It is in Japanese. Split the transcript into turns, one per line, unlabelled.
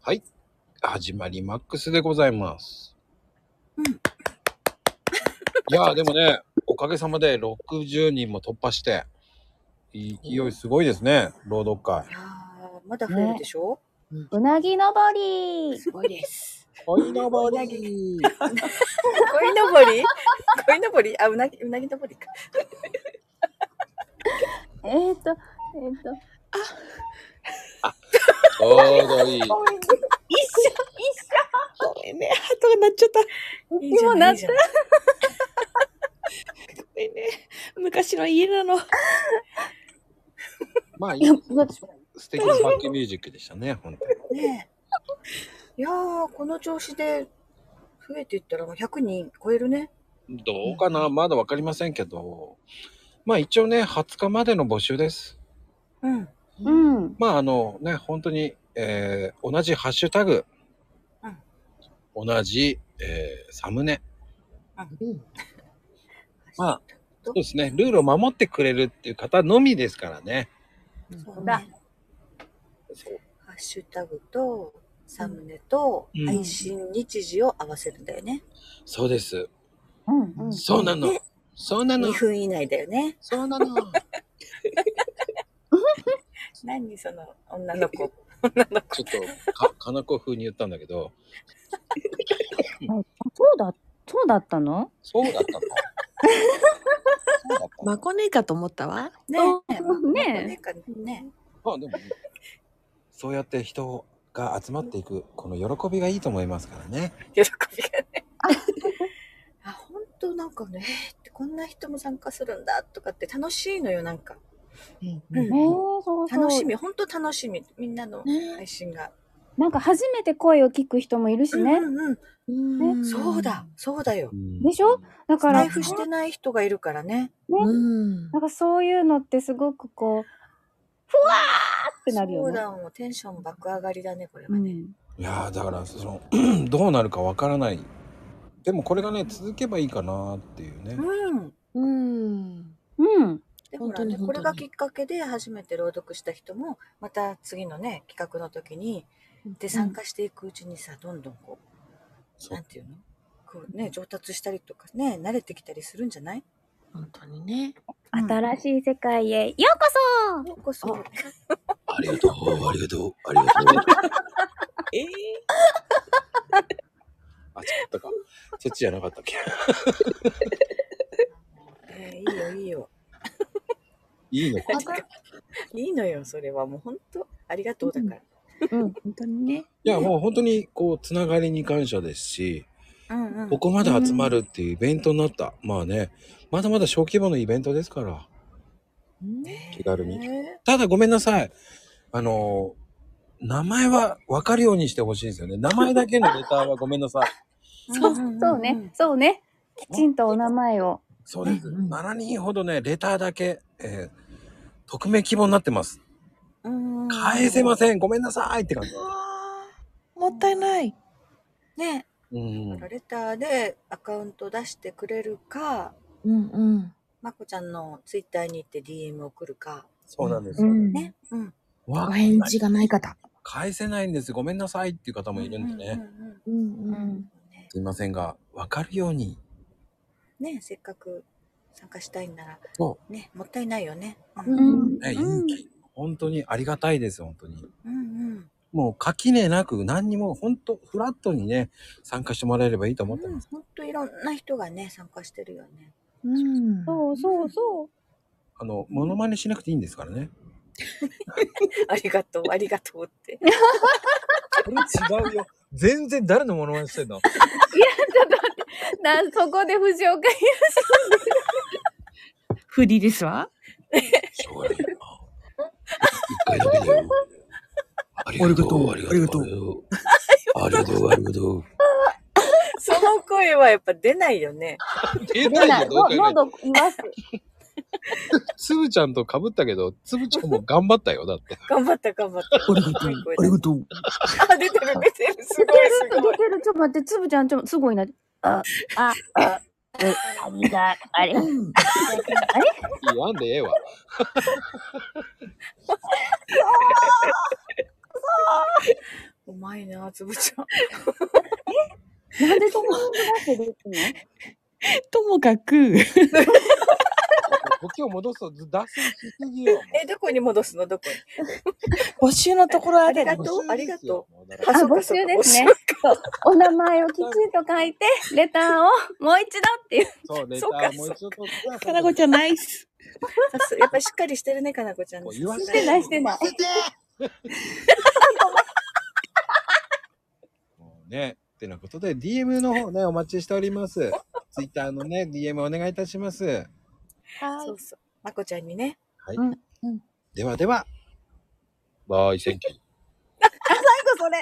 はい。始まりマックスでございます。
うん
いやー、でもね、おかげさまで60人も突破して、い勢いすごいですね、朗読会。
いやーまだ増えるでしょ、
うなぎのぼ り
すごいです。
こいのぼ り
鯉のぼり鯉のぼりあ、うなぎ、うなぎのぼりか。
えー、っと、えー、っと、
ちょうど いい。
一緒
ごめんね、ハートが鳴っちゃった。
いいじゃ
もうな
ない
った
じゃない
ごめんね。昔の家なの。
まあ、いい
いや、いや私
素敵なバックミュージックでしたね、本当に。
ねえいやー、この調子で増えていったらもう100人超えるね。
どうかなまだわかりませんけど。まあ一応ね、20日までの募集です。
うん。
うん。
まああのね、本当に、えー同じハッシュタグ、同じ、えーサムネ。まあ、そうですね、ルールを守ってくれるっていう方のみですからね。
そう
だ
ね。ハッシュタグとサムネと
うん
配信日時を合わせるんだよね。
そうです。
うん、うん。
そうなの
ね。
そうな
2
の。
分以内だよね。
そうなの。
何その女の子。
ちょっと、か、かなこ風に言ったんだけど、
そうだ、そうだったの
そうだったの。そうだったの。
まこねえかと思ったわ。
ねえ。
ね
え。ね
まあでも、そうやって人が集まっていく、この喜びがいいと思いますからね。
え。喜びがね。 あ、本当なんかね、えーってこんな人も参加するんだとかって楽しいのよ、なんか。
うん
ねえ、そうそう。
楽し。み、本当楽しみ、みんなの
ね
配信が。
なんか初めて声を聞く人もいるしね。
うんうん
う
うん
ん
そうだ、。そうだよ。
でしょだ
ス
か
タ
ら、
イフしてない人がいるからね。
うん。
なんかそういうのってすごくこう、ふわーってなる
そ
よ
う
ね。
だもうテンション爆上がりだね、これは
う
ね。
ん。
いやーだからその どうなるかわからないでもこれがね続けばいいかなっていうね、
うん。
うん。
うん。
で
本当に
ほらねこれ
本当
が
に
きっかけで初めて朗読した人も、また次のね、企画の時に、で、参加していくうちにさ、どんどんこう、
そう
なんていうのこうね、上達したりとかね、慣れてきたりするんじゃない
本当にね。
うん
新しい世界へようこそ
ようこそ。
ありがとうありがとうありがとう
ええ
あ違ったかそっちじゃなかったっけ
えーいいよ、いいよ。
いいのかい
いいのよ、それは。もう本当、ありがとうだから。
うん。
本当にね。
やもう本当にこうつながりに感謝ですし
うんうん
ここまで集まるっていうイベントになった、まあねまだまだ小規模のイベントですから気軽に
ね
ただごめんなさいあのー名前は分かるようにしてほしいですよね名前だけのネタはごめんなさい
そう、そうね。。そうね。きちんとお名前を。
そうです。
うんうん
7人ほどね、レターだけ、えー、匿名希望になってます。
うんうん
返せません。ごめんなさいって感じ。
あーもったいない。
ね、
うん。
レターでアカウント出してくれるか、
うんうん。
まこちゃんのツイッターに行って DM 送るか。
そうなんです
う
よ。
ん
ね。うん。
わ
ご返事がない方。
返せないんです。ごめんなさいっていう方もいるんでね。
ううんうん
う
う
ん
ん。
すいませんが、わかるように。
ね、せっかく参加したいんなら、
そ
ね、もったいないよね。う
うんん。
ね、
うん
いい本当にありがたいです、本当に。
うん
もう垣根なく何にも本当フラットにね、参加してもらえればいいと思って
うん
ます。。
本当いろんな人がね、参加してるよね。
うん。
そうそうそう。
あの、モノマネしなくていいんですからね。
ありがとう、ありがとうって。
これ違うよ。全然誰のモノマネしてんの
なそこで藤岡い
フリですわ。
しょうがないな。一回だけだよ。ありがとう、ありがとう。ありがとう、ありがとう。
その声はやっぱ出ないよね。
出
出ない。の喉い ます。
つぶちゃんと被ったけど、つぶちゃんも頑張ったよ、だ って。
頑張った、頑張った。
ありがとう。ありがとう。
あ、出てる、出てる。す
出て
ごい、す
る
ごい
出。てる。ちょっと待って、つぶちゃん、ちょっとすごいな。あ、あ、あ、ありが、あれ。
うん
言わんでええわ。
うまいな、つぶちゃん。
なんでそこに出してできんの
ともかく、
時を戻すとず脱線しすぎよ。
え、どこに戻すのどこに
募集のところあれ
ありがとう
募集ですよ。
あ
あ、
そうか
募集ですね。そうお名前をきちんと書いて、レターをもう一度っていう。
そう、レタ
そうか
ーもう一度取って。
かなこちゃんナイス。
さすやっぱりしっかりしてるね、かなこちゃん
も
ね
う。言わせ
してないしてない
言わせてもうね、ってなことで DM の方ね、お待ちしております。Twitter のね、DM お願いいたします。
は
そうそう。まこちゃんにね。
ではでは、バイセンキュー。
それ。